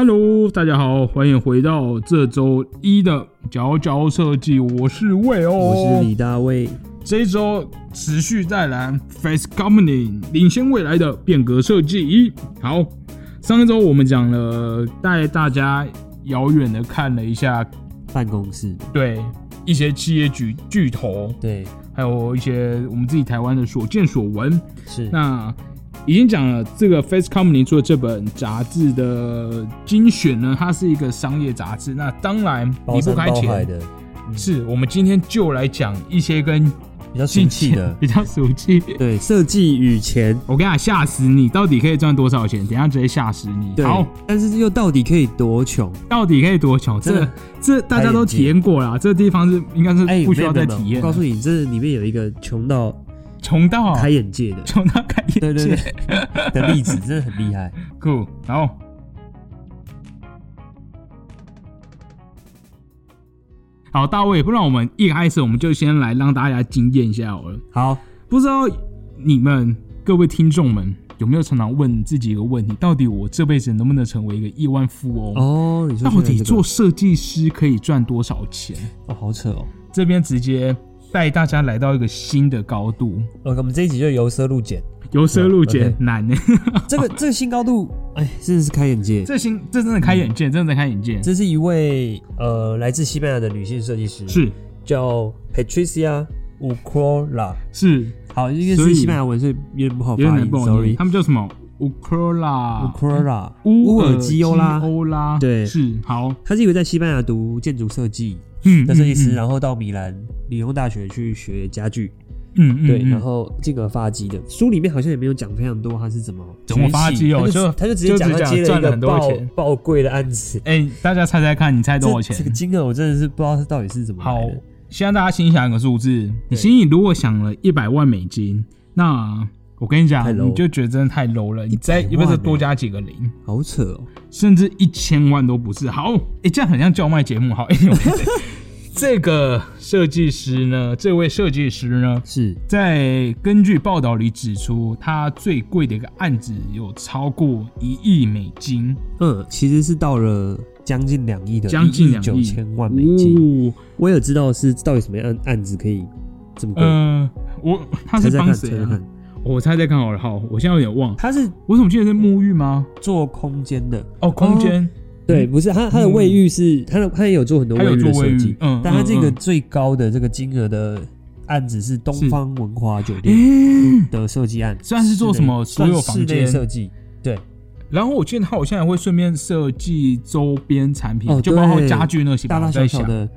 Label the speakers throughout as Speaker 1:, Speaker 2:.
Speaker 1: Hello，大家好，欢迎回到这周一的佼佼设计，我是魏哦，
Speaker 2: 我是李大卫。
Speaker 1: 这一周持续再来 Face Company 领先未来的变革设计。好，上一周我们讲了带大家遥远的看了一下，
Speaker 2: 办公室，
Speaker 1: 对一些企业巨巨头，
Speaker 2: 对，
Speaker 1: 还有一些我们自己台湾的所见所闻。
Speaker 2: 是
Speaker 1: 那已经讲了，这个 Face Company 做这本杂志的精选呢，它是一个商业杂志。那当然
Speaker 2: 包
Speaker 1: 离不
Speaker 2: 山
Speaker 1: 开
Speaker 2: 包海
Speaker 1: 钱，
Speaker 2: 的，
Speaker 1: 是我们今天就来讲一些跟
Speaker 2: 比较俗
Speaker 1: 金
Speaker 2: 气
Speaker 1: 钱，
Speaker 2: 的
Speaker 1: 比较俗气。
Speaker 2: 对，设计与钱，
Speaker 1: 我跟你讲，吓死你！到底可以赚多少钱？等一下直接吓死你。
Speaker 2: 对
Speaker 1: 好，，
Speaker 2: 但是又到底可以多穷？
Speaker 1: 到底可以多穷？
Speaker 2: 真
Speaker 1: 这
Speaker 2: 的
Speaker 1: 这大家都体验过啦，这地方是应该是
Speaker 2: 哎，
Speaker 1: 不需要
Speaker 2: 没
Speaker 1: 再
Speaker 2: 有没有哦
Speaker 1: 体验
Speaker 2: 我告
Speaker 1: 了。
Speaker 2: 诉你，这里面有一个穷到
Speaker 1: 穷到啊
Speaker 2: 开眼界的
Speaker 1: 穷到开
Speaker 2: 对
Speaker 1: 眼
Speaker 2: 对
Speaker 1: 界
Speaker 2: 对，的例子，真的很厉害。
Speaker 1: 酷。然后好，大卫，不然我们一开始我们就先来让大家惊艳一下好了。
Speaker 2: 好，
Speaker 1: 不知道你们各位听众们有没有常常问自己一个问题：到底我这辈子能不能成为一个亿万富翁？
Speaker 2: 哦，你说
Speaker 1: 到底
Speaker 2: 这个
Speaker 1: 做设计师可以赚多少钱？
Speaker 2: 哦，好扯哦。
Speaker 1: 这边直接带大家来到一个新的高度，
Speaker 2: OK，我们这一集就由奢入俭，
Speaker 1: 由奢入俭
Speaker 2: OK
Speaker 1: 难 呢。
Speaker 2: 这个这个新高度，哎，真的是开眼界。
Speaker 1: 这新这真的开眼界，真的开眼界。
Speaker 2: 这是一位呃来自西班牙的女性设计师，
Speaker 1: 是
Speaker 2: 叫 Patricia Ucrola。
Speaker 1: 是，
Speaker 2: 好，因为
Speaker 1: 所以
Speaker 2: 是西班牙文，所以有点不好
Speaker 1: 有点
Speaker 2: 发
Speaker 1: 难
Speaker 2: 音
Speaker 1: 不好念。
Speaker 2: ，sorry
Speaker 1: 他。们叫什么？Ucrola
Speaker 2: Ucrola
Speaker 1: 乌
Speaker 2: 乌
Speaker 1: 尔
Speaker 2: 尔基欧拉，
Speaker 1: 欧拉
Speaker 2: 对
Speaker 1: 是好，
Speaker 2: 他是一个在西班牙读建筑设计
Speaker 1: 嗯，
Speaker 2: 的设计师，
Speaker 1: 啊，
Speaker 2: 然后到米兰理工大学去学家具，
Speaker 1: 嗯嗯，
Speaker 2: 对，
Speaker 1: 嗯
Speaker 2: 然后进而发迹的。书里面好像也没有讲非常多他是怎么
Speaker 1: 怎么发迹哦
Speaker 2: 崛起
Speaker 1: 就
Speaker 2: 他他就直接
Speaker 1: 就
Speaker 2: 讲
Speaker 1: 只
Speaker 2: 他
Speaker 1: 讲
Speaker 2: 接了
Speaker 1: 赚
Speaker 2: 一
Speaker 1: 了
Speaker 2: 个
Speaker 1: 很多
Speaker 2: 爆
Speaker 1: 钱
Speaker 2: 爆贵的案子，
Speaker 1: 哎，大家猜猜看，你猜多少
Speaker 2: 这这个
Speaker 1: 钱？
Speaker 2: 金额我真的是不知道他到底是怎么
Speaker 1: 好
Speaker 2: 来的。，
Speaker 1: 现在大家心想一个数字，你
Speaker 2: 对
Speaker 1: 心里如果想了一百万美金，那我跟你讲
Speaker 2: 太，low
Speaker 1: 你就觉得真的太 low 了，你再
Speaker 2: 100
Speaker 1: 要不要再
Speaker 2: 万
Speaker 1: 多
Speaker 2: 欸
Speaker 1: 加几个零？
Speaker 2: 好扯哦，
Speaker 1: 甚至一千万都不是。好，哎、这样很像叫卖节目。好，哎、 这个设计师呢，这位设计师呢，
Speaker 2: 是
Speaker 1: 在根据报道里指出，他最贵的一个案子有超过一亿美金，
Speaker 2: 嗯，其实是到了将近两亿的，
Speaker 1: 将近两
Speaker 2: 九
Speaker 1: 亿
Speaker 2: 千万美金。
Speaker 1: 哦
Speaker 2: 我有知道是到底什么样的案子可以这么贵，
Speaker 1: 呃，我他
Speaker 2: 猜
Speaker 1: 是
Speaker 2: 猜
Speaker 1: 帮
Speaker 2: 看，猜
Speaker 1: 谁
Speaker 2: 猜
Speaker 1: 啊
Speaker 2: 看？，
Speaker 1: 我猜猜看好了。好，我现在有点忘，
Speaker 2: 他是
Speaker 1: 我怎么记得是沐浴吗？
Speaker 2: 做空间的，
Speaker 1: 哦，空间，
Speaker 2: 对，不是他他的卫浴是他的他也有做很多
Speaker 1: 他有
Speaker 2: 卫浴
Speaker 1: 做
Speaker 2: 的
Speaker 1: 卫
Speaker 2: 设
Speaker 1: 浴
Speaker 2: 计，，
Speaker 1: 嗯，
Speaker 2: 但他
Speaker 1: 嗯
Speaker 2: 这个
Speaker 1: 嗯
Speaker 2: 最高的这个金额的案子是东方文华酒店
Speaker 1: 诶
Speaker 2: 的设计案，
Speaker 1: 虽然是做什么
Speaker 2: 室
Speaker 1: 所
Speaker 2: 内
Speaker 1: 有房
Speaker 2: 算室内
Speaker 1: 间
Speaker 2: 设计，对，
Speaker 1: 然后我记得他好像也会顺便设计周边产品，
Speaker 2: 哦
Speaker 1: 就包括
Speaker 2: 对
Speaker 1: 家具那些吧。
Speaker 2: 大大
Speaker 1: 我
Speaker 2: 小
Speaker 1: 在
Speaker 2: 小
Speaker 1: 想，
Speaker 2: 的，
Speaker 1: 嗯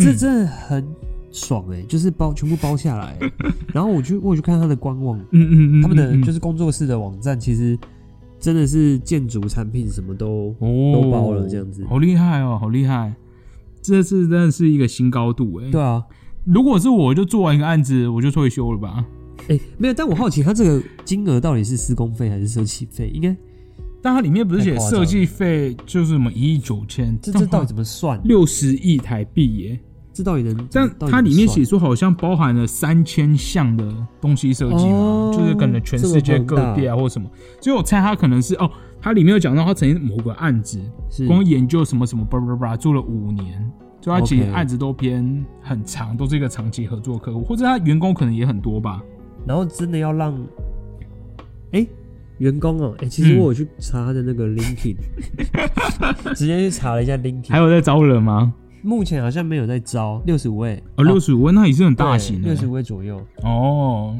Speaker 2: 这真的很爽哎，就是包全部包下 来，然后我去我有去看他的官网，
Speaker 1: 嗯嗯嗯，
Speaker 2: 他们的就是是工作室的网站，其实真的是建筑产品什么都
Speaker 1: 哦
Speaker 2: 都包了这样子
Speaker 1: 好厉害哦，好厉害！这次真的是一个新高度哎、
Speaker 2: 对啊，
Speaker 1: 如果是我就做完一个案子，我就退休了吧。
Speaker 2: 哎，没有，但我好奇他这个金额到底是施工费还是设计费？应该
Speaker 1: 但它里面不是写
Speaker 2: 太夸张
Speaker 1: 设
Speaker 2: 了
Speaker 1: 计费就是什么一亿九千，
Speaker 2: 这这到底怎么算？
Speaker 1: 六十亿台币耶？
Speaker 2: 这到底能？
Speaker 1: 但
Speaker 2: 到底
Speaker 1: 它
Speaker 2: 怎么
Speaker 1: 里面写说
Speaker 2: 算
Speaker 1: 好像包含了三千项的东西设计嘛，
Speaker 2: 哦
Speaker 1: 就是可能全世界各地
Speaker 2: 这
Speaker 1: 啊或什么，所以我猜它可能是哦，它里面有讲到它曾经某个案子，
Speaker 2: 是
Speaker 1: 光研究什么什么叭叭叭做了五年，所以他其实
Speaker 2: OK
Speaker 1: 案子都偏很长，都是一个长期合作客户，或者他员工可能也很多吧。
Speaker 2: 然后真的要让，哎、员工哦、哎、其实
Speaker 1: 嗯
Speaker 2: 我有去查他的那个 LinkedIn，、直 接去查了一下 LinkedIn，
Speaker 1: 还有在招人吗？
Speaker 2: 目前好像没有在招，六十五位，
Speaker 1: 哦，六十五那也是很大型的
Speaker 2: 六十五位左右，
Speaker 1: 哦，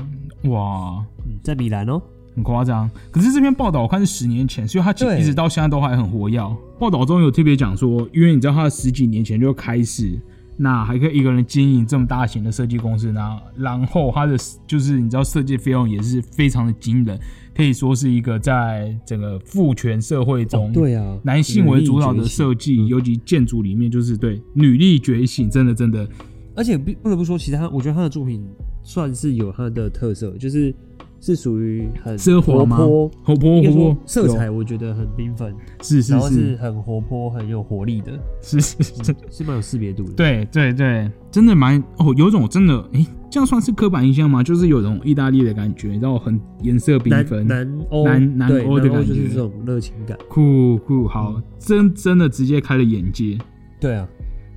Speaker 1: 哇，
Speaker 2: 嗯，在米兰哦、
Speaker 1: 很夸张。可是这篇报道我看是十年前，所以他其实
Speaker 2: 对
Speaker 1: 一直到现在都还很活跃。报道中有特别讲说，因为你知道他十几年前就开始，那还可以一个人经营这么大型的设计公司，然后然后他的就是你知道设计费用也是非常的惊人，可以说是一个在整个父权社会中、
Speaker 2: 哦对啊，
Speaker 1: 男性为主导
Speaker 2: 女
Speaker 1: 的
Speaker 2: 力崛起，
Speaker 1: 设计，尤其建筑里面就是对女力觉醒，真的真的
Speaker 2: 而且不不得不说，其实他我觉得他的作品算是有他的特色，就是是属于很
Speaker 1: 奢华
Speaker 2: 活
Speaker 1: 吗
Speaker 2: 泼，
Speaker 1: 活泼活
Speaker 2: 应该说
Speaker 1: 泼，
Speaker 2: 色彩
Speaker 1: 有
Speaker 2: 我觉得很缤纷，
Speaker 1: 是是
Speaker 2: 然后是
Speaker 1: 是
Speaker 2: 很活泼、很有活力的，
Speaker 1: 是是是，
Speaker 2: 是蛮有识别度的。，
Speaker 1: 对对对，真的蛮哦，有种真的诶，这样算是刻板印象吗？就是有种意大利的感觉，然后很颜色缤纷
Speaker 2: 南，南欧
Speaker 1: 南南
Speaker 2: 对
Speaker 1: 欧的
Speaker 2: 南欧
Speaker 1: 感
Speaker 2: 就是
Speaker 1: 觉
Speaker 2: 这种热情感。
Speaker 1: 酷酷好，真真的直接开了眼界。
Speaker 2: 对啊，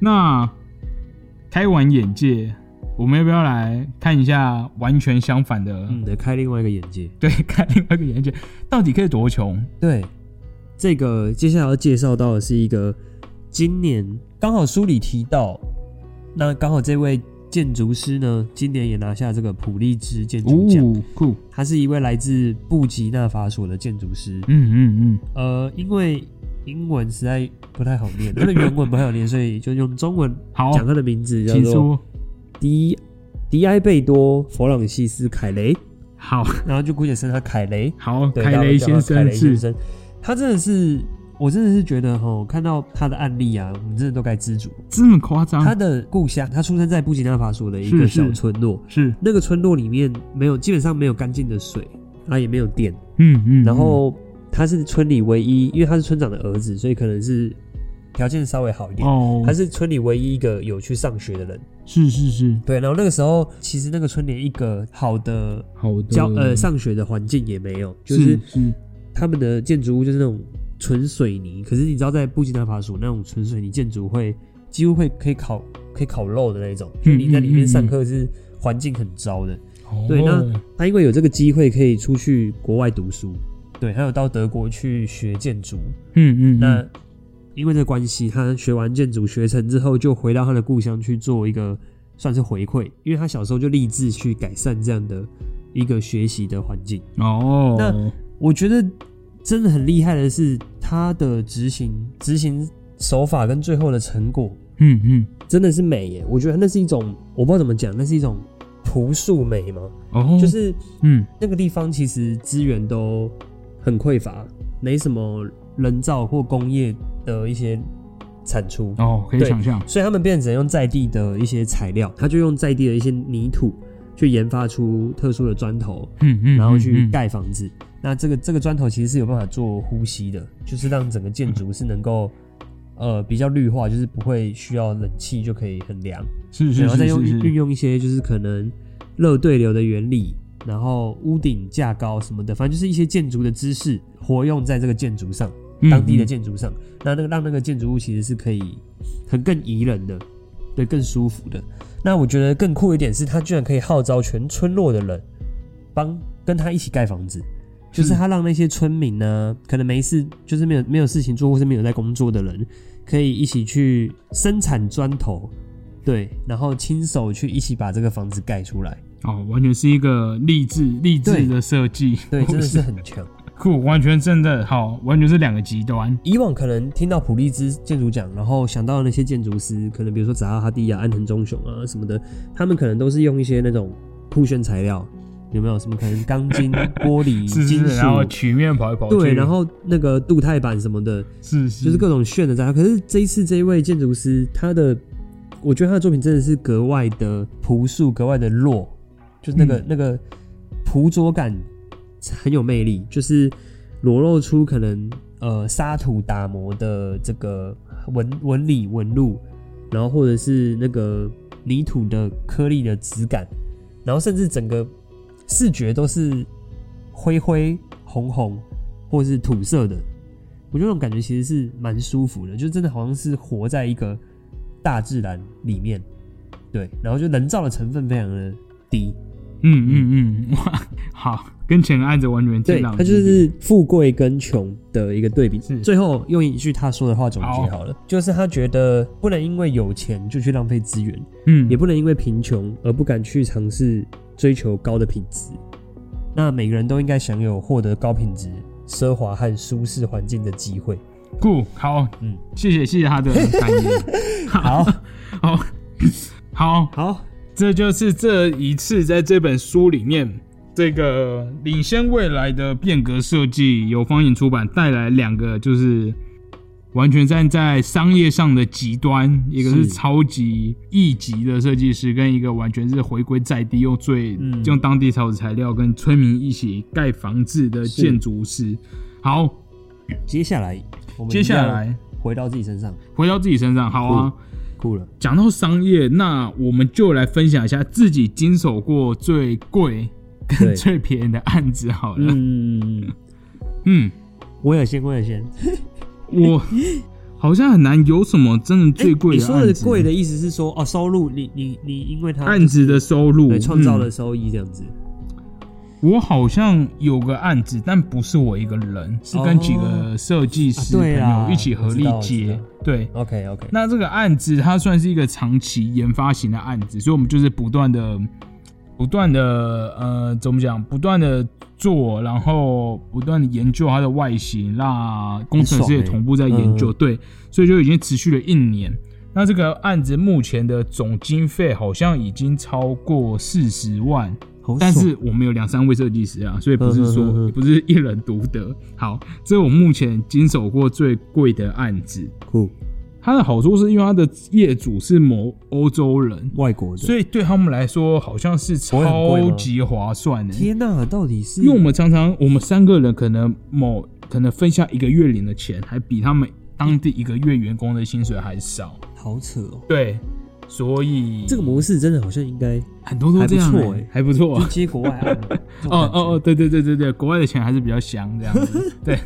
Speaker 1: 那开完眼界，我们要不要来看一下完全相反的？
Speaker 2: 嗯，得开另外一个眼界。
Speaker 1: 对，看另外一个眼界，到底可以多穷？
Speaker 2: 对，这个接下来要介绍到的是一个今年刚好书里提到，那刚好这位建筑师呢，今年也拿下这个普利兹建筑奖。
Speaker 1: 哦，酷，
Speaker 2: 他是一位来自布吉纳法索的建筑师。
Speaker 1: 嗯嗯
Speaker 2: 呃，因为英文实在不太好念，他的原文不太好念，所以就用中文
Speaker 1: 嗯，好，
Speaker 2: 讲他的名字，叫
Speaker 1: 请
Speaker 2: 做
Speaker 1: 说。
Speaker 2: 迪迪埃贝多·弗朗西斯·凯雷，
Speaker 1: 好
Speaker 2: 然后就姑且称他凯雷。
Speaker 1: 好，
Speaker 2: 对
Speaker 1: 凯
Speaker 2: 大家
Speaker 1: 雷
Speaker 2: 都叫他
Speaker 1: 先
Speaker 2: 凯
Speaker 1: 生
Speaker 2: 雷先
Speaker 1: 是，
Speaker 2: 生，他真的是，我真的是觉得哈，看到他的案例啊，我们真的都该知足。
Speaker 1: 这么夸张？
Speaker 2: 他的故乡，他出生在布吉纳法索的一
Speaker 1: 啊是
Speaker 2: 个
Speaker 1: 是
Speaker 2: 小村落，
Speaker 1: 是，
Speaker 2: 那个村落里面没有，基本上没有干净的水，啊也没有电，
Speaker 1: 嗯嗯，
Speaker 2: 然后他是村里唯一，因为他是村长的儿子，所以可能是条件稍微好
Speaker 1: 嗯
Speaker 2: 一点。
Speaker 1: 哦，
Speaker 2: 他是村里唯一一个有去上学的人，
Speaker 1: 是是是，
Speaker 2: 对。然后那个时候，其实那个村连一个好的
Speaker 1: 好的，
Speaker 2: 教呃上学的环境也没有，就
Speaker 1: 嗯
Speaker 2: 是嗯
Speaker 1: 是是
Speaker 2: 他们的建筑物就是那种纯水泥。可是你知道，在布吉纳法索那种纯水泥建筑会几乎会可以烤可以烤肉的那种，就
Speaker 1: 嗯
Speaker 2: 你在里面上
Speaker 1: 嗯嗯
Speaker 2: 课是环境很糟的。对那
Speaker 1: 哦
Speaker 2: 他因为有这个机会可以出去国外读书，对，还有到德国去学建筑，
Speaker 1: 嗯嗯，
Speaker 2: 那因为这关系，他学完建筑学成之后，就回到他的故乡去做一个算是回馈，因为他小时候就立志去改善这样的一个学习的环境。
Speaker 1: 嗯哦，
Speaker 2: 那我觉得真的很厉害的是他的执行执行手法跟最后的成果
Speaker 1: 嗯嗯，
Speaker 2: 真的是美耶！我觉得那是一种我不知道怎么讲，那是一种朴素美吗？
Speaker 1: 哦，
Speaker 2: 就是
Speaker 1: 嗯
Speaker 2: 那个地方其实资源都很匮乏，没什么人造或工业的一些产出，
Speaker 1: 哦，可以
Speaker 2: 对
Speaker 1: 想象，
Speaker 2: 所以他们变成用在地的一些材料，他就用在地的一些泥土去研发出特殊的砖头，
Speaker 1: 嗯嗯，
Speaker 2: 然后
Speaker 1: 嗯
Speaker 2: 去
Speaker 1: 嗯
Speaker 2: 盖房子。那这个这个砖头其实是有办法做呼吸的，就是让整个建筑是能够。呃，比较绿化，就是不会需要冷气就可以很凉，
Speaker 1: 是是
Speaker 2: 然后
Speaker 1: 是
Speaker 2: 再用
Speaker 1: 是是
Speaker 2: 运用一些就是可能热对流的原理，然后屋顶架高什么的，反正就是一些建筑的知识活用在这个建筑上，
Speaker 1: 嗯
Speaker 2: 当地的建筑上，那那个让那个建筑物其实是可以很更宜人的，对，更舒服的。那我觉得更酷一点是，他居然可以号召全村落的人帮跟他一起盖房子，就是
Speaker 1: 是
Speaker 2: 他让那些村民呢，可能没事，就是没有没有事情做或是没有在工作的人，可以一起去生产砖头，对，然后亲手去一起把这个房子盖出来，
Speaker 1: 哦，完全是一个励志励志
Speaker 2: 对
Speaker 1: 的设计，
Speaker 2: 对，真的是
Speaker 1: 是
Speaker 2: 很强。
Speaker 1: 酷，完全真的好，完全是两个极端，
Speaker 2: 以往可能听到普利兹建筑奖，然后想到那些建筑师，可能比如说扎哈哈蒂啊、安藤忠雄啊什么的，他们可能都是用一些那种酷炫材料，有没有什么可能钢筋、玻 璃、
Speaker 1: 是
Speaker 2: 金
Speaker 1: 是，
Speaker 2: 属，
Speaker 1: 然后曲面跑来跑去，
Speaker 2: 对，然后那个镀钛板什么的，
Speaker 1: 是是
Speaker 2: 就是各种炫的材料。可是这一次这一位建筑师，他的我觉得他的作品真的是格外的朴素，格外的弱，就是那个、
Speaker 1: 嗯
Speaker 2: 那个捕捉感很有魅力，就是裸露出可能呃沙土打磨的这个纹纹理纹路，然后或者是那个泥土的颗粒的质感，然后甚至整个视觉都是灰灰红红或是土色的。我觉得那种感觉其实是蛮舒服的，就真的好像是活在一个大自然里面，对，然后就人造的成分非常的低，
Speaker 1: 嗯嗯嗯，哇，好，跟前个案子完全
Speaker 2: 对，
Speaker 1: 天壤
Speaker 2: 它就
Speaker 1: 之别，
Speaker 2: 是富贵跟穷的一个对比
Speaker 1: 是。
Speaker 2: 最后用一句他说的话总
Speaker 1: 好
Speaker 2: 结好了，就是他觉得不能因为有钱就去浪费资源，
Speaker 1: 嗯，
Speaker 2: 也不能因为贫穷而不敢去尝试追求高的品质。那每个人都应该享有获得高品质、奢华和舒适环境的机 会。
Speaker 1: 酷，好，
Speaker 2: 嗯
Speaker 1: 谢谢谢谢他的感 言，
Speaker 2: 好
Speaker 1: 好好，
Speaker 2: 好，
Speaker 1: 这就是这一次在这本书里面，这个领先未来的变革设计由方颖出版带来两个，就是完全站在商业上的极端，一个是
Speaker 2: 是
Speaker 1: 超级一级的设计师，跟一个完全是回归在地，用最、
Speaker 2: 嗯
Speaker 1: 用当地草材料跟村民一起盖房子的
Speaker 2: 是
Speaker 1: 建筑师。好，
Speaker 2: 接下来，我们
Speaker 1: 接下来
Speaker 2: 要回到自己身上，
Speaker 1: 回到自己身上，好啊。
Speaker 2: 酷了，
Speaker 1: 讲到商业，那我们就来分享一下自己经手过最贵跟
Speaker 2: 对
Speaker 1: 最便宜的案子好了。
Speaker 2: 嗯，
Speaker 1: 嗯，
Speaker 2: 我也先，我也先。
Speaker 1: 我好像很难有什么真的最贵
Speaker 2: 哎你
Speaker 1: 的
Speaker 2: 说的
Speaker 1: 案子。
Speaker 2: 贵的意思是说，哦，收入，你你你，因为他
Speaker 1: 案子的收入
Speaker 2: 对创造
Speaker 1: 嗯
Speaker 2: 了收益这样子，
Speaker 1: 我好像有个案子，但不是我一个人，是跟几个设计师朋
Speaker 2: 哦啊对
Speaker 1: 友
Speaker 2: 啊
Speaker 1: 一起合力接。
Speaker 2: 我知道我知
Speaker 1: 对，
Speaker 2: OK OK，
Speaker 1: 那这个案子它算是一个长期研发型的案子，所以我们就是不断的、不断的呃，怎么讲？不断的做，然后不断的研究它的外形，那工程师也
Speaker 2: 很爽欸
Speaker 1: 同步在研究。
Speaker 2: 嗯
Speaker 1: 对，所以就已经持续了一年。那这个案子目前的总经费好像已经超过四十万。
Speaker 2: 好爽
Speaker 1: 但是我们有两三位设计师啊，所以不是
Speaker 2: 嗯嗯嗯
Speaker 1: 说
Speaker 2: 嗯
Speaker 1: 不是一人独得。好，这是我目前经手过最贵的案子。
Speaker 2: 酷，
Speaker 1: 它的好处是因为它的业主是某欧洲人，
Speaker 2: 外国的，
Speaker 1: 所以对他们来说好像是
Speaker 2: 不会很贵
Speaker 1: 超
Speaker 2: 吗
Speaker 1: 级划算的、
Speaker 2: 天哪，到底是
Speaker 1: 因为我们常常我们三个人可能某可能分下一个月领的钱，还比他们当地一个月员工的薪水还少。
Speaker 2: 好扯哦，
Speaker 1: 对，所以
Speaker 2: 这个模式真的好像应该
Speaker 1: 很多都这样、
Speaker 2: 还不错
Speaker 1: 欸
Speaker 2: 欸，
Speaker 1: 还不错、
Speaker 2: 就接国外案，
Speaker 1: 哦哦哦，
Speaker 2: 哦，
Speaker 1: 对对对对对，国外的钱还是比较香这样 子。对，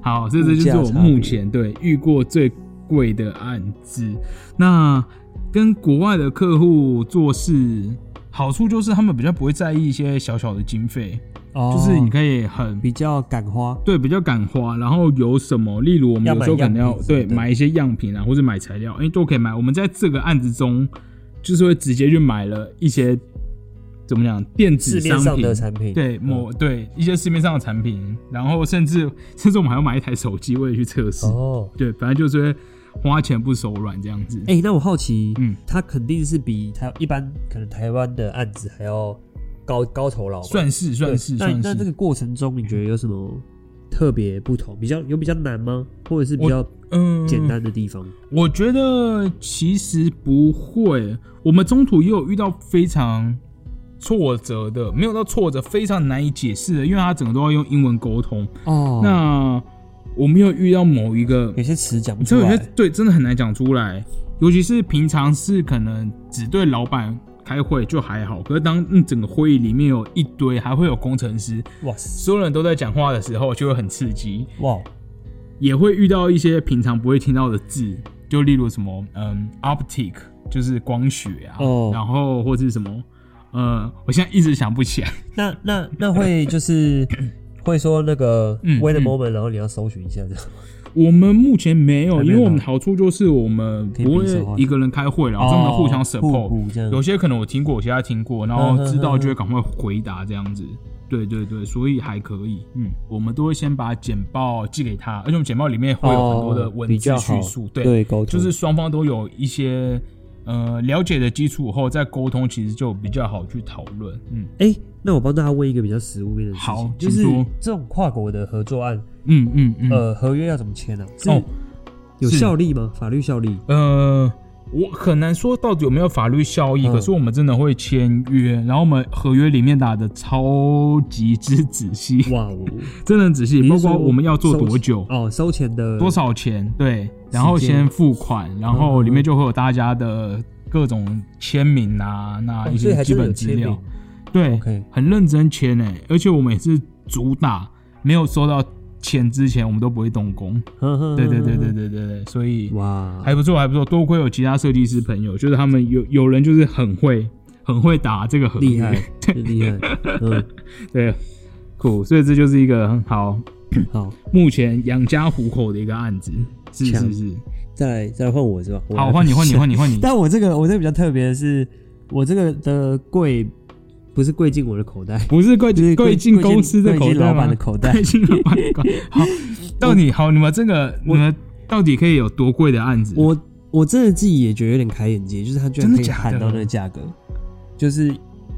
Speaker 1: 好，这这就是
Speaker 2: 物
Speaker 1: 我
Speaker 2: 价差别
Speaker 1: 目前对遇过最贵的案子。那跟国外的客户做事，好处就是他们比较不会在意一些小小的经费，
Speaker 2: 哦
Speaker 1: 就是你可以很。
Speaker 2: 比较敢花，
Speaker 1: 对，比较敢花，然后有什么，例如我们
Speaker 2: 要
Speaker 1: 有
Speaker 2: 买
Speaker 1: 时候可能要
Speaker 2: 样品
Speaker 1: 对
Speaker 2: 什么的
Speaker 1: 买一些样品啊，或者买材料，哎、都可以买。我们在这个案子中，就是会直接去买了一些怎么讲电
Speaker 2: 市
Speaker 1: 子
Speaker 2: 面
Speaker 1: 商
Speaker 2: 上
Speaker 1: 品
Speaker 2: 的产品，
Speaker 1: 对
Speaker 2: 嗯
Speaker 1: 某对一些市面上的产品，然后甚至甚至我们还要买一台手机为了去测试。
Speaker 2: 哦，
Speaker 1: 对，反正就是花钱不手软这样子。
Speaker 2: 哎，那我好奇，
Speaker 1: 嗯
Speaker 2: 嗯，它肯定是比它一般可能台湾的案子还要高高酬劳吧，
Speaker 1: 算是算
Speaker 2: 对
Speaker 1: 是嗯
Speaker 2: 那
Speaker 1: 算
Speaker 2: 那这
Speaker 1: 是，
Speaker 2: 个过程中，你觉得有什么特别不同？比较有比较难吗？或者是比较
Speaker 1: 嗯，
Speaker 2: 简。单的地方？
Speaker 1: 我觉得其实不会，我们中途也有遇到非常挫折的，没有到挫折，非常难以解释的，因为它整个都要用英文沟通。
Speaker 2: 哦
Speaker 1: 那我们有遇到某一个
Speaker 2: 有些词讲不
Speaker 1: 你
Speaker 2: 出
Speaker 1: 这有
Speaker 2: 来
Speaker 1: 些，对真的很难讲出来，尤其是平常是可能只对老板开会就还好，可是当、嗯、整个会议里面有一堆，还会有工程师，
Speaker 2: 哇塞
Speaker 1: 所有人都在讲话的时候，就会很刺激，
Speaker 2: 哇，
Speaker 1: 也会遇到一些平常不会听到的字，就例如什么嗯，optic 就是光学啊，
Speaker 2: 哦
Speaker 1: 然后或是什么。呃，我现在一直想不起来。
Speaker 2: 那那那 会就是会说那个
Speaker 1: 嗯
Speaker 2: wait a
Speaker 1: 嗯
Speaker 2: moment，然后你要搜寻一下这样。
Speaker 1: 我们目前没有，
Speaker 2: 还没
Speaker 1: 因
Speaker 2: 有
Speaker 1: 为我们好处就是我们
Speaker 2: 可以
Speaker 1: 不会
Speaker 2: 彼此话
Speaker 1: 一个人开会，然后我们互相 support，
Speaker 2: 哦互补这样
Speaker 1: 有些可能我听过，我现在听过，然后知道就会赶快回答这样子。
Speaker 2: 嗯
Speaker 1: 对对对，所以还可以。嗯，我们都会先把简报寄给他，而且我们简报里面会有很多的文
Speaker 2: 哦比
Speaker 1: 字
Speaker 2: 较
Speaker 1: 叙
Speaker 2: 好
Speaker 1: 述，
Speaker 2: 对沟通
Speaker 1: 就是双方都有一些呃了解的基础后，再沟通其实就比较好去讨论。嗯
Speaker 2: 哎，那我帮大家问一个比较实务面的事情，
Speaker 1: 好
Speaker 2: 就是
Speaker 1: 请说
Speaker 2: 这种跨国的合作案，
Speaker 1: 嗯嗯嗯，
Speaker 2: 呃，合约要怎么签呢？是
Speaker 1: 哦
Speaker 2: 有
Speaker 1: 是
Speaker 2: 效力吗？法律效力？
Speaker 1: 呃，我很难说到底有没有法律效益，
Speaker 2: 嗯
Speaker 1: 可是我们真的会签约，然后我们合约里面打的超级之仔细，
Speaker 2: 哇哦，
Speaker 1: 真的很仔细，
Speaker 2: 你是
Speaker 1: 包括
Speaker 2: 说
Speaker 1: 我们要做
Speaker 2: 收
Speaker 1: 多久，
Speaker 2: 哦，收钱的
Speaker 1: 多？少钱，对，然后
Speaker 2: 时间嗯
Speaker 1: 先付款，然后里面就会有大家的各种签名啊，那
Speaker 2: 哦
Speaker 1: 一
Speaker 2: 所以
Speaker 1: 些
Speaker 2: 还
Speaker 1: 基
Speaker 2: 真的
Speaker 1: 本
Speaker 2: 有
Speaker 1: 资
Speaker 2: 签
Speaker 1: 料
Speaker 2: 名，
Speaker 1: 对
Speaker 2: OK
Speaker 1: 很认真签诶、而且我们也是主打没有收到钱之前，我们都不会动工，对对
Speaker 2: 对
Speaker 1: 对对对对对，所以
Speaker 2: 嗯哇，
Speaker 1: 还不错还不错，多亏有其他设计师朋友，就是他们有有人就是很会很会打这个合约
Speaker 2: 厉害，真厉害。嗯，
Speaker 1: 对，酷，所以这就是一个很好
Speaker 2: 好，
Speaker 1: 目前养家糊口的一个案子，是
Speaker 2: 强
Speaker 1: 是是。
Speaker 2: 再来再来换我是吧？我
Speaker 1: 好，
Speaker 2: 来
Speaker 1: 换你，换 你，换你，换你。
Speaker 2: 但我这个我这个比较特别的是，我这个的贵不是贵进我的口袋，
Speaker 1: 不是贵
Speaker 2: 就是
Speaker 1: 贵
Speaker 2: 贵
Speaker 1: 进公司的
Speaker 2: 贵
Speaker 1: 口
Speaker 2: 进
Speaker 1: 袋吗
Speaker 2: 老板的口 袋
Speaker 1: 贵进老板的口袋。好，到底好，你们这个你们到底可以有多贵的案子？
Speaker 2: 我我真的自己也觉得有点开眼界，就是他居然
Speaker 1: 真的
Speaker 2: 可以
Speaker 1: 假的
Speaker 2: 喊到那个价格，就是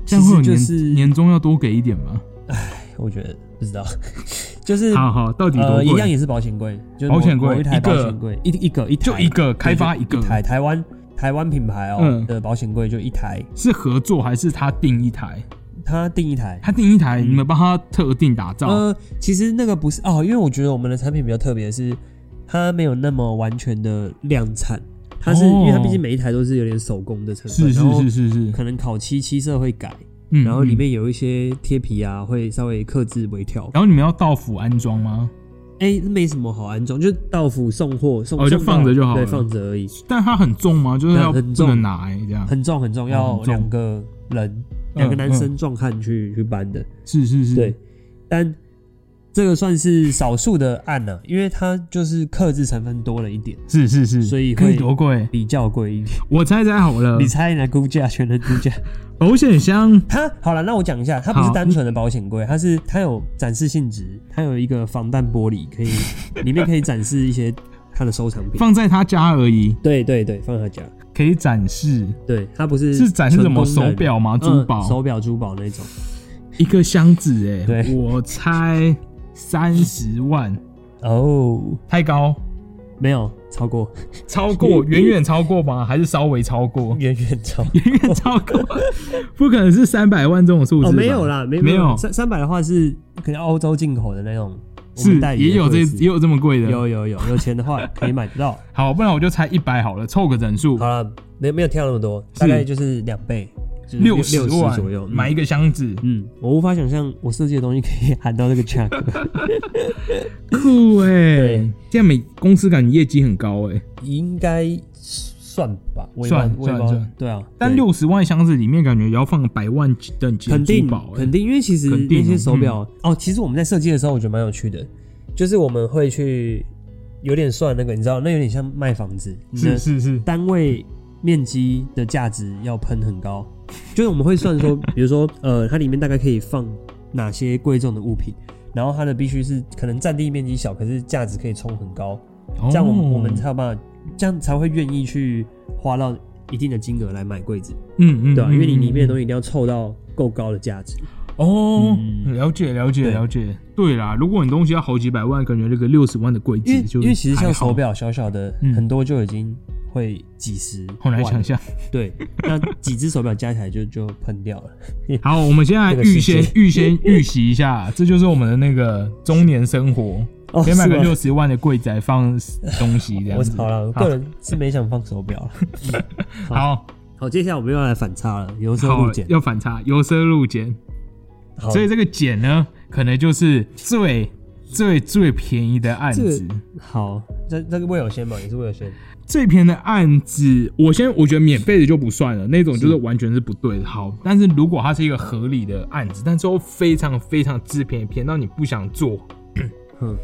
Speaker 1: 这
Speaker 2: 其
Speaker 1: 样会有
Speaker 2: 实就
Speaker 1: 年
Speaker 2: 是
Speaker 1: 年终要多给一点吗？
Speaker 2: 我觉得不知道， 就是
Speaker 1: 好好，到底多
Speaker 2: 呃，
Speaker 1: 贵？
Speaker 2: 一样也是保险柜，就是某
Speaker 1: 保险柜
Speaker 2: 某一台
Speaker 1: 一个
Speaker 2: 保险柜，一一个一台
Speaker 1: 就一个开发
Speaker 2: 对
Speaker 1: 一个
Speaker 2: 台台湾台湾品牌哦、
Speaker 1: 嗯
Speaker 2: 的保险柜就一台，
Speaker 1: 是合作还是他订一台？
Speaker 2: 他订一台。
Speaker 1: 他订一台，你们帮他特定打造。
Speaker 2: 呃，其实那个不是哦，因为我觉得我们的产品比较特别的是，它没有那么完全的量产，它是、因为它毕竟每一台都是有点手工的成分，
Speaker 1: 哦是
Speaker 2: 然
Speaker 1: 是
Speaker 2: 后
Speaker 1: 是是是，
Speaker 2: 可能烤漆漆色会改，
Speaker 1: 嗯
Speaker 2: 然后里，
Speaker 1: 嗯
Speaker 2: 面有一些贴皮啊，会稍微克制微调。
Speaker 1: 然后你们要到府安装吗？
Speaker 2: 哎、没什么好安装，就是到府送货送，
Speaker 1: 哦就
Speaker 2: 送
Speaker 1: 放
Speaker 2: 到
Speaker 1: 着就好
Speaker 2: 对，
Speaker 1: 了
Speaker 2: 放着而已，
Speaker 1: 但它很重吗？就是
Speaker 2: 对
Speaker 1: 要
Speaker 2: 很
Speaker 1: 不
Speaker 2: 重
Speaker 1: 能拿欸这样。
Speaker 2: 很重很重，
Speaker 1: 哦
Speaker 2: 要
Speaker 1: 很重
Speaker 2: 两个人，两
Speaker 1: 嗯
Speaker 2: 个男
Speaker 1: 嗯
Speaker 2: 生壮汉去去搬的，
Speaker 1: 是是是，
Speaker 2: 对，，但这个算是少数的案了、因为它就是克制成分多了一点，
Speaker 1: 是是是，
Speaker 2: 所以
Speaker 1: 可以
Speaker 2: 会
Speaker 1: 多贵？
Speaker 2: 比较贵一点。
Speaker 1: 我猜猜好了
Speaker 2: 你，猜呢？估价全能估 价，
Speaker 1: 保险箱
Speaker 2: 它好了，那我讲一下，它不是
Speaker 1: 好
Speaker 2: 单纯的保险柜，它是它有展示性质，它有一个防弹玻璃，可以 里面可以展示一些它的收藏品。
Speaker 1: 放在他家而已，
Speaker 2: 对对对，放他家。
Speaker 1: 可以展示。
Speaker 2: 对，它不是
Speaker 1: 是展示什么
Speaker 2: 纯功能
Speaker 1: 手表吗
Speaker 2: 嗯
Speaker 1: 珠宝
Speaker 2: 手表、珠宝那种。
Speaker 1: 一个箱子、欸，
Speaker 2: 对
Speaker 1: 我猜三十万，
Speaker 2: 哦，
Speaker 1: 太高，
Speaker 2: 没有超过，
Speaker 1: 超过，远远超过吗？还是稍微超 过？
Speaker 2: 远远 超。
Speaker 1: 远远超过，不可能是三百万这种数字、
Speaker 2: 哦，没有，啦，没
Speaker 1: 没有
Speaker 2: 三三百的话是可能欧洲进口的那种，我
Speaker 1: 是
Speaker 2: 们代理的
Speaker 1: 也有这
Speaker 2: 柜子
Speaker 1: 也有这么贵的。
Speaker 2: 有有有 有钱的话可以买得 到。
Speaker 1: 好，不然我就猜一百好了，凑个整数
Speaker 2: 好，了，没没有跳那么多，
Speaker 1: 是
Speaker 2: 大概就是两倍，就是
Speaker 1: 六
Speaker 2: 十
Speaker 1: 十万
Speaker 2: 左右
Speaker 1: 买一。个箱子，
Speaker 2: 嗯，嗯我无法想象我设计的东西可以喊到这个价格，
Speaker 1: 酷哎、
Speaker 2: 嗯对
Speaker 1: 这样每公司感觉业绩很高哎、
Speaker 2: 应该算吧，我也
Speaker 1: 算
Speaker 2: 忘我也
Speaker 1: 算
Speaker 2: 忘
Speaker 1: 算
Speaker 2: 对啊，
Speaker 1: 但
Speaker 2: 对
Speaker 1: 六十万箱子里面感觉也要放百万级等级的
Speaker 2: 肯定
Speaker 1: 珠宝、欸，
Speaker 2: 肯定，因为其实
Speaker 1: 肯定
Speaker 2: 那
Speaker 1: 哦
Speaker 2: 些手表、哦，其实我们在设计的时候，我觉得蛮有趣的，就是我们会去有点算那个，你知道，那有点像卖房子，你
Speaker 1: 是
Speaker 2: 的
Speaker 1: 是是，
Speaker 2: 单位面积的价值要喷很高，就是我们会算说，比如说呃，它里面大概可以放哪些贵重的物品，然后它的必须是可能占地面积小，可是价值可以冲很高，这样我们、
Speaker 1: 哦
Speaker 2: 我们才有办法，这样才会愿意去花到一定的金额来买柜子，
Speaker 1: 嗯嗯，
Speaker 2: 对吧、啊
Speaker 1: 嗯
Speaker 2: 因为你里面的
Speaker 1: 嗯
Speaker 2: 东西一定要凑到够高的价值。
Speaker 1: 哦，
Speaker 2: 嗯
Speaker 1: 了解了解
Speaker 2: 对
Speaker 1: 了解。对啦，如果你东西要好几百万，感觉这个六十万的柜
Speaker 2: 因
Speaker 1: 子
Speaker 2: 为
Speaker 1: 就
Speaker 2: 因为其实像
Speaker 1: 还好
Speaker 2: 手，表小小的，
Speaker 1: 嗯
Speaker 2: 很多就已经会几十万，
Speaker 1: 好难想象。
Speaker 2: 对，那几只手表加起来就就喷 掉了。
Speaker 1: 好，我们现在
Speaker 2: 这个
Speaker 1: 预
Speaker 2: 世界
Speaker 1: 先预先预习一下，这就是我们的那个中年生活，
Speaker 2: 哦
Speaker 1: 先买个
Speaker 2: 是吗
Speaker 1: 六十万的柜子来放东西这样
Speaker 2: 我
Speaker 1: 子。
Speaker 2: 好了，我个人是没想放手表 了。
Speaker 1: 好
Speaker 2: 好，接下来我们又要来反差了，由奢
Speaker 1: 好
Speaker 2: 入俭。
Speaker 1: 要反差，由奢入俭，
Speaker 2: 好，
Speaker 1: 所以这个俭呢，可能就是最最最便宜的案
Speaker 2: 这
Speaker 1: 子。
Speaker 2: 个好，这这个魏有先嘛，也是魏有先。
Speaker 1: 这篇的案子，我先我觉得免费的就不算了，那种就是完全是不对的。好，但是如果它是一个合理的案子，但是又非常非常制片偏到你不想做，
Speaker 2: 嗯，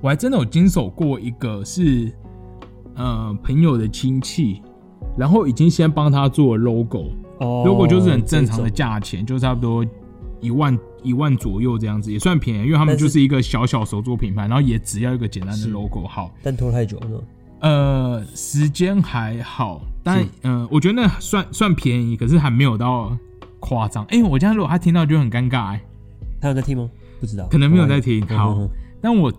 Speaker 1: 我还真的有经手过一个是，呃，朋友的亲戚，然后已经先帮他做 logo，
Speaker 2: 哦
Speaker 1: logo 就是很正常的
Speaker 2: 这种
Speaker 1: 价钱，就差不多一万一万左右这样子，也算便宜，因为他们
Speaker 2: 但是
Speaker 1: 就是一个小小手作品牌，然后也只要一个简单的
Speaker 2: 是
Speaker 1: logo。好，
Speaker 2: 但拖太久了。
Speaker 1: 呃，时间还好，但呃，我觉得那算算便宜，可是还没有到夸张。哎、我这样如果他听到就很尴尬、哎，
Speaker 2: 他有在听吗？不知道，
Speaker 1: 可能没有在听。
Speaker 2: 嗯
Speaker 1: 好
Speaker 2: 嗯，
Speaker 1: 但我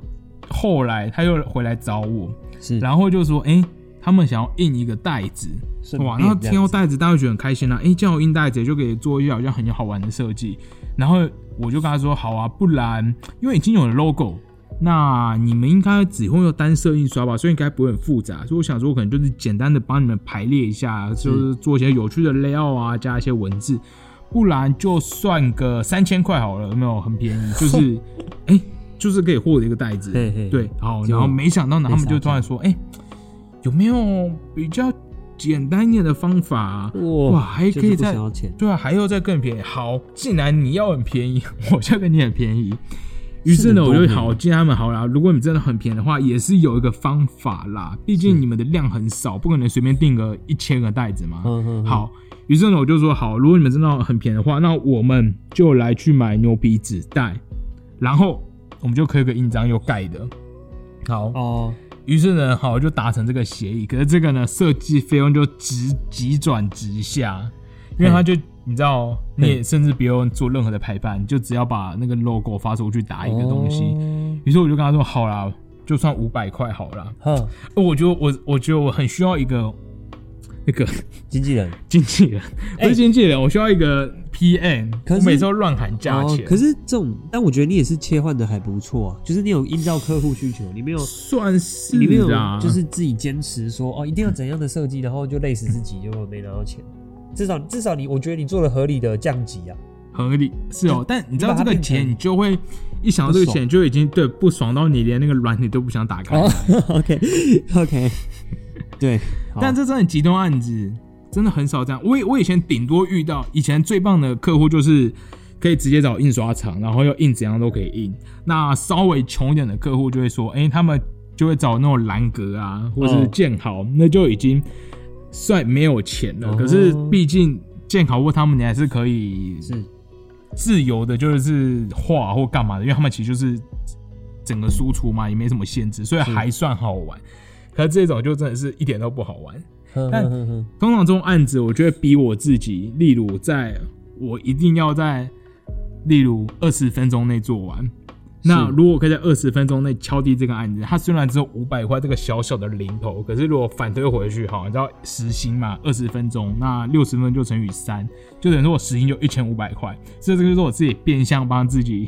Speaker 1: 后来他又回来找我，
Speaker 2: 嗯是，
Speaker 1: 然后就说，哎、他们想要印一个袋子，
Speaker 2: 顺
Speaker 1: 哇，
Speaker 2: 便
Speaker 1: 那
Speaker 2: 这
Speaker 1: 听
Speaker 2: 样
Speaker 1: 到
Speaker 2: 子
Speaker 1: 袋子，大家会觉得很开心啦、哎、叫我印袋子就可以做一些好像很有好玩的设计。然后我就跟他说，好啊，不然因为已经有了 logo，那你们应该只会用单色印刷吧，所以应该不会很复杂。所以我想说，我可能就是简单的帮你们排列一下，就是做一些有趣的 layout 啊，加一些文字。不然就算个三千块好了，有没有很便宜？就是，哎、就是可以获得一个袋子。
Speaker 2: 嘿嘿
Speaker 1: 对，好，
Speaker 2: 就
Speaker 1: 然后没想到呢，
Speaker 2: 没
Speaker 1: 他们就
Speaker 2: 啥
Speaker 1: 突然说，哎、有没有比较简单一点的方法啊、哇，还
Speaker 2: 就
Speaker 1: 可
Speaker 2: 是
Speaker 1: 以
Speaker 2: 不
Speaker 1: 再
Speaker 2: 想要钱。
Speaker 1: 对啊，还要再更便宜。好，既然你要很便宜， 我就给你很便宜。于
Speaker 2: 是
Speaker 1: 是呢，
Speaker 2: 很
Speaker 1: 我
Speaker 2: 多
Speaker 1: 就
Speaker 2: 便宜
Speaker 1: 好，既然他们好啦，如果你真的很便宜的话，也是有一个方法啦。毕竟你们的量很少，不可能随便订个一千个袋子嘛。
Speaker 2: 嗯嗯，嗯，
Speaker 1: 好，于是呢，我就说好，如果你们真的很便宜的话，那我们就来去买牛皮纸袋，然后我们就刻一个印章又盖的。好，
Speaker 2: 哦，
Speaker 1: 于是呢，好就达成这个协议。可是这个呢，设计费用就直急转直下，因为他就你知道，你也甚至不用做任何的排版，你就只要把那个 logo 发出去打一个东西。
Speaker 2: 哦
Speaker 1: 于是我就跟他说：“好啦，就算五百块好了。
Speaker 2: 哦，哼，”
Speaker 1: 我觉得我我觉得我很需要一个那个
Speaker 2: 经纪人
Speaker 1: 经纪人，不是经纪人，我需要一个 PM。
Speaker 2: 可
Speaker 1: 我
Speaker 2: 是
Speaker 1: 每次都乱喊价
Speaker 2: 哦
Speaker 1: 钱，
Speaker 2: 可是这种，但我觉得你也是切换的还不错啊，就是你有依照客户需求，你没有。
Speaker 1: 算是
Speaker 2: 你没有
Speaker 1: 啊，
Speaker 2: 就是自己坚持说哦，一定要怎样的设计，然后就累死自己，结果没拿到钱。至少至少你，我觉得你做了合理的降级啊。
Speaker 1: 合理是哦。但你知道
Speaker 2: 你
Speaker 1: 这
Speaker 2: 把它
Speaker 1: 个
Speaker 2: 变
Speaker 1: 钱，
Speaker 2: 成
Speaker 1: 你就会一想到这个
Speaker 2: 不爽
Speaker 1: 钱就已经对不爽到你连那个软你都不想打开。
Speaker 2: 哦 OK OK，对，好
Speaker 1: 但这真的极端案子，真的很少这样。我以我以前顶多遇到，以前最棒的客户就是可以直接找印刷厂，然后要印怎样都可以印。那稍微穷一点的客户就会说，哎、他们就会找那种蓝格啊，或是
Speaker 2: 嗯
Speaker 1: 建豪，那就已经算没有钱了。
Speaker 2: 哦
Speaker 1: 可是毕竟建豪或他们，你还是可以
Speaker 2: 是
Speaker 1: 自由的，就是画或干嘛的，因为他们其实就是整个输出嘛，也没什么限制，所以
Speaker 2: 是
Speaker 1: 还算好玩。可是这种就真的是一点都不好玩。但
Speaker 2: 哼哼哼
Speaker 1: 通常这种案子，我就会逼我自己，例如在我一定要在，例如二十分钟内做完。那如果我可以在二十分钟内敲定这个案子，它虽然只有五百块这个小小的零头，可是如果反推回去，哈，你知道时薪嘛，二十分钟，那六十分钟就乘以三，就等于说我时薪就一千五百块，所以这个就是我自己变相帮自己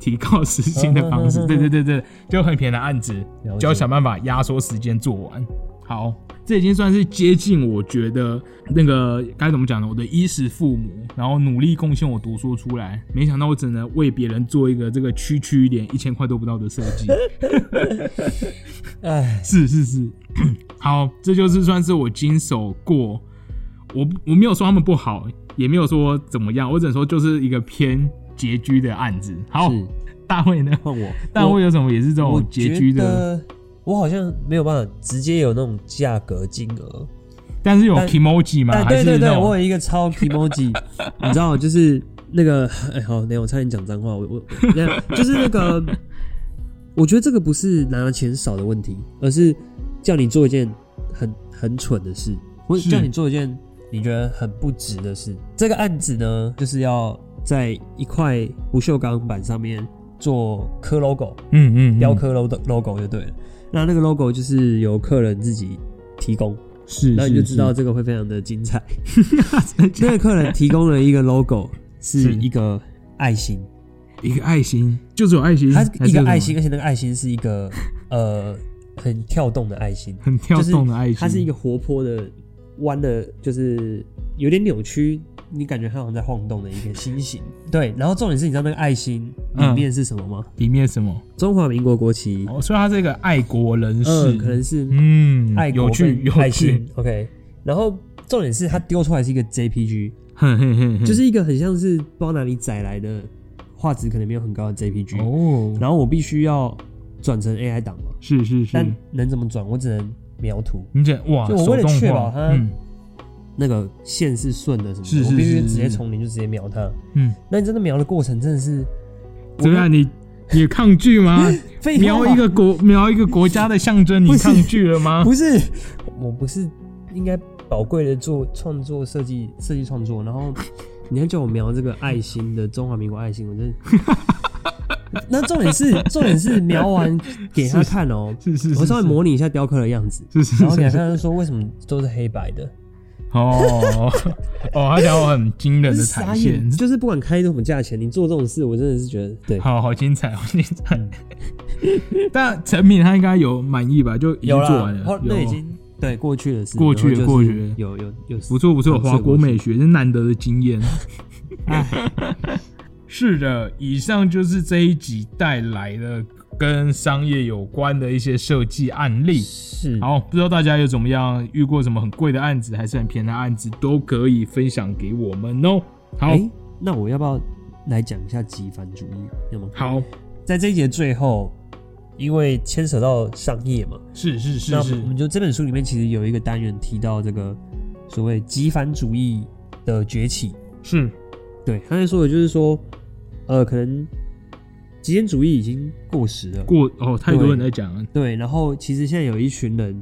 Speaker 1: 提高时薪的方式。
Speaker 2: 嗯嗯嗯嗯
Speaker 1: 对对对对，就很便宜的案子，
Speaker 2: 了解
Speaker 1: 就要想办法压缩时间做完。好，这已经算是接近我觉得那个该怎么讲呢？我的衣食父母，然后努力贡献我读书出来，没想到我只能为别人做一个这个区区一点一千块都不到的设 计。
Speaker 2: 哎，
Speaker 1: 是是是， 好，这就是算是我经手过，我不我没有说他们不好，也没有说怎么样，我只能说就是一个偏拮据的案子。好
Speaker 2: 是，
Speaker 1: 大卫呢？
Speaker 2: 换我，
Speaker 1: 大
Speaker 2: 我
Speaker 1: 卫有什么也是这种
Speaker 2: 我
Speaker 1: 拮据
Speaker 2: 觉
Speaker 1: 的，
Speaker 2: 得我好像没有办法直接有那种价格金额，
Speaker 1: 但是有
Speaker 2: 但
Speaker 1: emoji 吗？
Speaker 2: 但
Speaker 1: 还
Speaker 2: 哎对
Speaker 1: 是
Speaker 2: 对
Speaker 1: 那
Speaker 2: 对，
Speaker 1: 种
Speaker 2: 我有一个超 emoji，你知道，就是那个，哎，好，等一下我差点讲脏话，我我，等一下就是那个， 我觉得这个不是拿的钱少的问题，而是叫你做一件很很蠢的事，或
Speaker 1: 是
Speaker 2: 者叫你做一件你觉得很不值的事。这个案子呢，就是要在一块不锈钢板上面做刻 logo，
Speaker 1: 嗯嗯嗯
Speaker 2: 雕刻 logo logo 就对了。那那个 logo 就是由客人自己提供，
Speaker 1: 是，
Speaker 2: 那你
Speaker 1: 是
Speaker 2: 就知道，这个会非常的精彩。 那个客人提供了一个 logo，
Speaker 1: 是
Speaker 2: 是一个爱心，
Speaker 1: 是一个爱心，就只有爱心，
Speaker 2: 嗯它
Speaker 1: 还
Speaker 2: 一
Speaker 1: 是有
Speaker 2: 个
Speaker 1: 什么
Speaker 2: 爱心，，而且那个爱心是一个呃很跳动的爱心，
Speaker 1: 很跳动的爱心，
Speaker 2: 它是一个活泼的弯的，就是有点扭曲，你感觉它好像在晃动的一个心形。对，然后重点是，你知道那个爱心里
Speaker 1: 嗯
Speaker 2: 面是什么吗？
Speaker 1: 里面什么？
Speaker 2: 中华民国国旗，
Speaker 1: 哦，所以他是一个爱国人士
Speaker 2: 嗯，，可能是
Speaker 1: 嗯，
Speaker 2: 爱国
Speaker 1: 有趣
Speaker 2: 跟
Speaker 1: 有
Speaker 2: 爱
Speaker 1: 趣
Speaker 2: 心，，OK。然后重点是，它丢出来是一个 JPG，
Speaker 1: 哼哼哼哼
Speaker 2: 就是一个很像是不知道哪里载来的画质可能没有很高的 JPG，、
Speaker 1: 哦，
Speaker 2: 然后我必须要转成 AI 档嘛，嗯
Speaker 1: 是是是
Speaker 2: 但，能怎么转？我只能描图，
Speaker 1: 你这哇，
Speaker 2: 就我为了
Speaker 1: 手动
Speaker 2: 确
Speaker 1: 画
Speaker 2: 保它
Speaker 1: 嗯
Speaker 2: 那个线是顺的什么的，
Speaker 1: 是是
Speaker 2: 我必
Speaker 1: 是
Speaker 2: 须
Speaker 1: 是
Speaker 2: 直接
Speaker 1: 是
Speaker 2: 从零就直接描它。
Speaker 1: 嗯，
Speaker 2: 那你真的描的过程真的是，我
Speaker 1: 怎么样？你你抗拒 吗？
Speaker 2: 废话
Speaker 1: 瞄一个啊国瞄一个国家的象征，你
Speaker 2: 啊不是
Speaker 1: 抗拒了吗？
Speaker 2: 不是，我不是应该宝贵的做创作设计设计创作，然后你还叫我描这个爱心的中华民国爱心，我真 的。那重点是重点是描完给他看哦、
Speaker 1: 是是是，
Speaker 2: 我稍微
Speaker 1: 是
Speaker 2: 模拟一下雕刻的样子，
Speaker 1: 是是
Speaker 2: 然后
Speaker 1: 是
Speaker 2: 给他
Speaker 1: 是
Speaker 2: 看，他说为什么都是黑白的，
Speaker 1: 哦哦，他想要很惊人
Speaker 2: 这
Speaker 1: 的
Speaker 2: 是
Speaker 1: 彩
Speaker 2: 傻眼，
Speaker 1: 线，
Speaker 2: 就是不管开什么价钱，你做这种事，我真的是觉得对。
Speaker 1: 好好精彩，好精彩。但成品他应该有满意吧？就已经
Speaker 2: 有
Speaker 1: 做完
Speaker 2: 啦，
Speaker 1: 了哦
Speaker 2: 后，那已经对过去的事，
Speaker 1: 过去了
Speaker 2: 然后就是
Speaker 1: 过去了
Speaker 2: 有有有
Speaker 1: 不错不错，
Speaker 2: 尝试
Speaker 1: 华国
Speaker 2: 过去
Speaker 1: 美学是难得的经 验。哎是的，以上就是这一集带来的跟商业有关的一些设计案例。
Speaker 2: 是
Speaker 1: 好，不知道大家有怎么样遇过什么很贵的案子，还是很便宜的案子，都可以分享给我们哦。好、
Speaker 2: 哎，那我要不要来讲一下极繁主义？要吗？
Speaker 1: 好，
Speaker 2: 在这一节最后，因为牵扯到商业嘛，
Speaker 1: 是是
Speaker 2: 那
Speaker 1: 是是
Speaker 2: 我们我，们就这本书里面其实有一个单元提到这个所谓极繁主义的崛起。
Speaker 1: 是
Speaker 2: 对，他在说的就是说，呃，可能极简主义已经过时了。
Speaker 1: 过哦，太多人在讲了，
Speaker 2: 对，然后其实现在有一群人，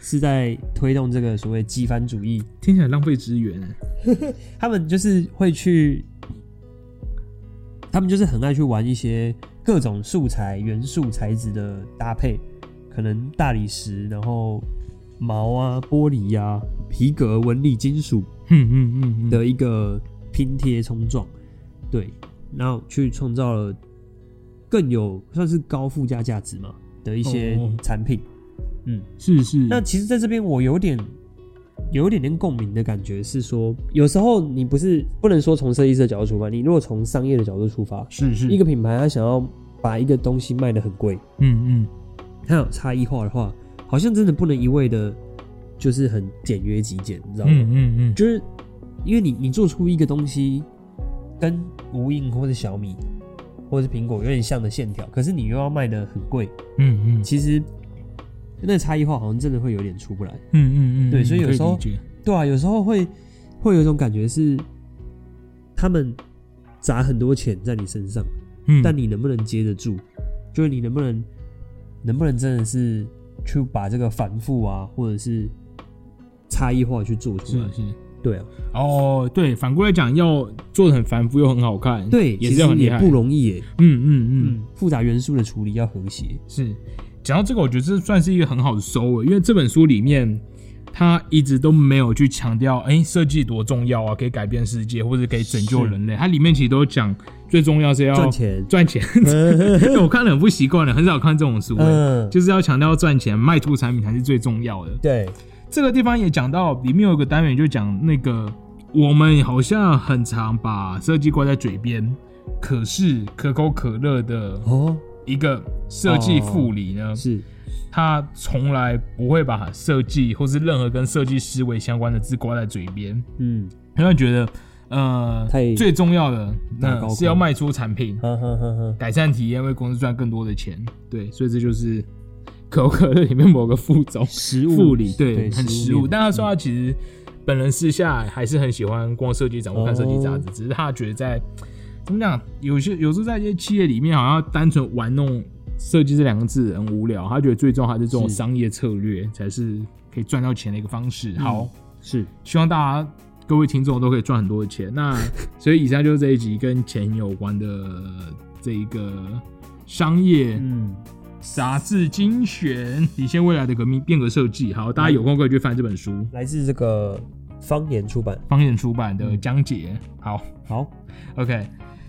Speaker 2: 是在推动这个所谓机翻主义。
Speaker 1: 听起来浪费资源欸。
Speaker 2: 他们就是会去，他们就是很爱去玩一些各种素材、元素、材质的搭配，可能大理石，然后毛啊、玻璃啊、皮革、纹理、金属
Speaker 1: 嗯嗯嗯嗯，
Speaker 2: 的一个拼贴冲撞，对，然后去创造了更有算是高附加价值嘛的一些
Speaker 1: 哦
Speaker 2: 产品。
Speaker 1: 是是。
Speaker 2: 那其实在这边我有点有一点点共鸣的感觉，是说有时候你不是不能说从设计师的角度出发，你如果从商业的角度出发，
Speaker 1: 是是
Speaker 2: 一个品牌它想要把一个东西卖得很贵，
Speaker 1: 嗯嗯，
Speaker 2: 它有差异化的话，好像真的不能一味的就是很简约极简，你知道吗？
Speaker 1: 嗯嗯嗯，
Speaker 2: 就是因为你你做出一个东西跟无印或者小米或者是苹果有点像的线条，可是你又要卖得很贵，
Speaker 1: 嗯嗯
Speaker 2: 其实那个差异化好像真的会有点出不来。
Speaker 1: 嗯嗯嗯，
Speaker 2: 对所以
Speaker 1: 嗯
Speaker 2: 有
Speaker 1: 可
Speaker 2: 时候
Speaker 1: 理解
Speaker 2: 对啊，有时候会会有一种感觉是，他们砸很多钱在你身上，
Speaker 1: 嗯，
Speaker 2: 但你能不能接得住？就是你能不能能不能真的是去把这个繁复啊，或者是差异化去做出来
Speaker 1: 是？是
Speaker 2: 对啊，
Speaker 1: 哦，对，反过来讲，要做的很繁复又很好看，
Speaker 2: 对，
Speaker 1: 也
Speaker 2: 其
Speaker 1: 是
Speaker 2: 实
Speaker 1: 要很厉害。
Speaker 2: 也不容易耶。
Speaker 1: 嗯嗯嗯，
Speaker 2: 嗯，复杂元素的处理要和谐。
Speaker 1: 是。讲到这个，我觉得这算是一个很好的收尾，因为这本书里面。他一直都没有去强调，哎、设计多重要啊，可以改变世界，或者可以拯救
Speaker 2: 是
Speaker 1: 人类。它里面其实都讲，最重要是要
Speaker 2: 赚钱
Speaker 1: 赚钱。 我看了很不习惯了，很少看这种书、哎
Speaker 2: 嗯，
Speaker 1: 就是要强调赚钱，卖出产品才是最重要的。
Speaker 2: 对，
Speaker 1: 这个地方也讲到，里面有一个单元就讲那个，我们好像很常把设计挂在嘴边，可是可口可乐的
Speaker 2: 哦，
Speaker 1: 一个设计副理呢，
Speaker 2: 是
Speaker 1: 他从来不会把设计或是任何跟设计思维相关的字挂在嘴边，
Speaker 2: 嗯，
Speaker 1: 他会觉得，呃
Speaker 2: 太，
Speaker 1: 最重要的
Speaker 2: 打
Speaker 1: 那
Speaker 2: 高空
Speaker 1: 是要卖出产品，
Speaker 2: 呵呵呵呵，
Speaker 1: 改善体验，为公司赚更多的钱。对，所以这就是可口可乐里面某个副总。
Speaker 2: 食物
Speaker 1: 副理，对，
Speaker 2: 对，
Speaker 1: 很实务。
Speaker 2: 面嗯
Speaker 1: 但他说他其实本人私下还是很喜欢逛设计展或看设计
Speaker 2: 哦
Speaker 1: 杂志，只是他觉得在怎么讲，有些有时候在一些企业里面，好像单纯玩弄设计这两个字很无聊。他觉得最重要还是这种
Speaker 2: 是
Speaker 1: 商业策略才是可以赚到钱的一个方
Speaker 2: 嗯
Speaker 1: 式。好，
Speaker 2: 是
Speaker 1: 希望大家。各位听众都可以赚很多的钱，那所以以上就是这一集跟钱有关的这一个商业
Speaker 2: 嗯。
Speaker 1: 杂志精选，领先未来的革命变革设计。好，大家有空可以去翻这本书，
Speaker 2: 来自这个方言出版。
Speaker 1: 方言出版的讲解。好
Speaker 2: 好，
Speaker 1: ，OK。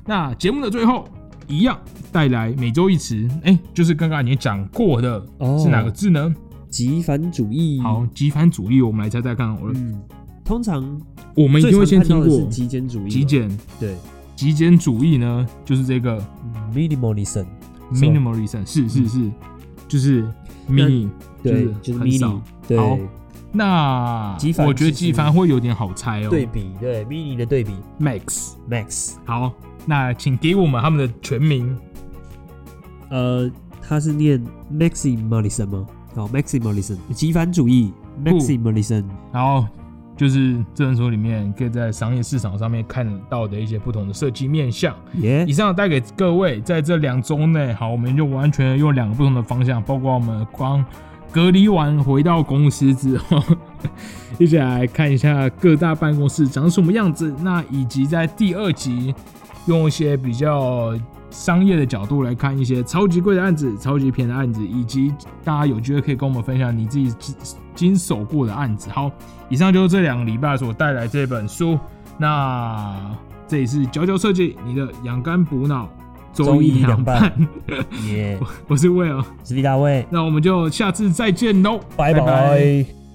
Speaker 1: 那节目的最后，一样带来每周一词，哎、就是刚刚你讲过的
Speaker 2: 哦嗯
Speaker 1: 是哪个字呢？
Speaker 2: 极繁主义。
Speaker 1: 好，，极繁主义，我们来猜猜看。我、
Speaker 2: 嗯，通常
Speaker 1: 我们一
Speaker 2: 嗯
Speaker 1: 定
Speaker 2: 最常
Speaker 1: 会先
Speaker 2: 看到
Speaker 1: 听
Speaker 2: 的是
Speaker 1: 过
Speaker 2: 极简主义嘛，
Speaker 1: 极简，
Speaker 2: 对
Speaker 1: 极简主义呢，就是这个
Speaker 2: 嗯，minimalism，是吧
Speaker 1: minimalism，是
Speaker 2: 嗯
Speaker 1: 是是，就是 mini，
Speaker 2: 对，
Speaker 1: 就
Speaker 2: 就是是
Speaker 1: 很少
Speaker 2: mini，对，
Speaker 1: 好那
Speaker 2: 极繁
Speaker 1: 我觉得
Speaker 2: 其实
Speaker 1: 极繁会有点好猜哦。
Speaker 2: 对比，对 mini 的对比
Speaker 1: ，Max。
Speaker 2: ，max，
Speaker 1: 好，那请给我们他们的全名。
Speaker 2: 呃，它是念 maximalism 吗？好，maximalism，极繁主义，maximalism，
Speaker 1: 然后就是这本书里面可以在商业市场上面看到的一些不同的设计面向。
Speaker 2: 耶
Speaker 1: 以，上带给各位，在这两周内，好，我们就完全用两个不同的方向，包括我们光隔离完回到公司之后， 一起来看一下各大办公室长什么样子，那以及在第二集用一些比较商业的角度来看一些超级贵的案子、超级便宜的案子，以及大家有机会可以跟我们分享你自己经经手过的案子。好，以上就是这两个礼拜所带来这本书。那这里是佼佼设计，你的养肝补脑，周
Speaker 2: 周一
Speaker 1: 一两
Speaker 2: 两
Speaker 1: 半
Speaker 2: 半。耶，
Speaker 1: 我是 Will，
Speaker 2: 史蒂大卫，
Speaker 1: 那我们就下次再见喽，
Speaker 2: 拜拜。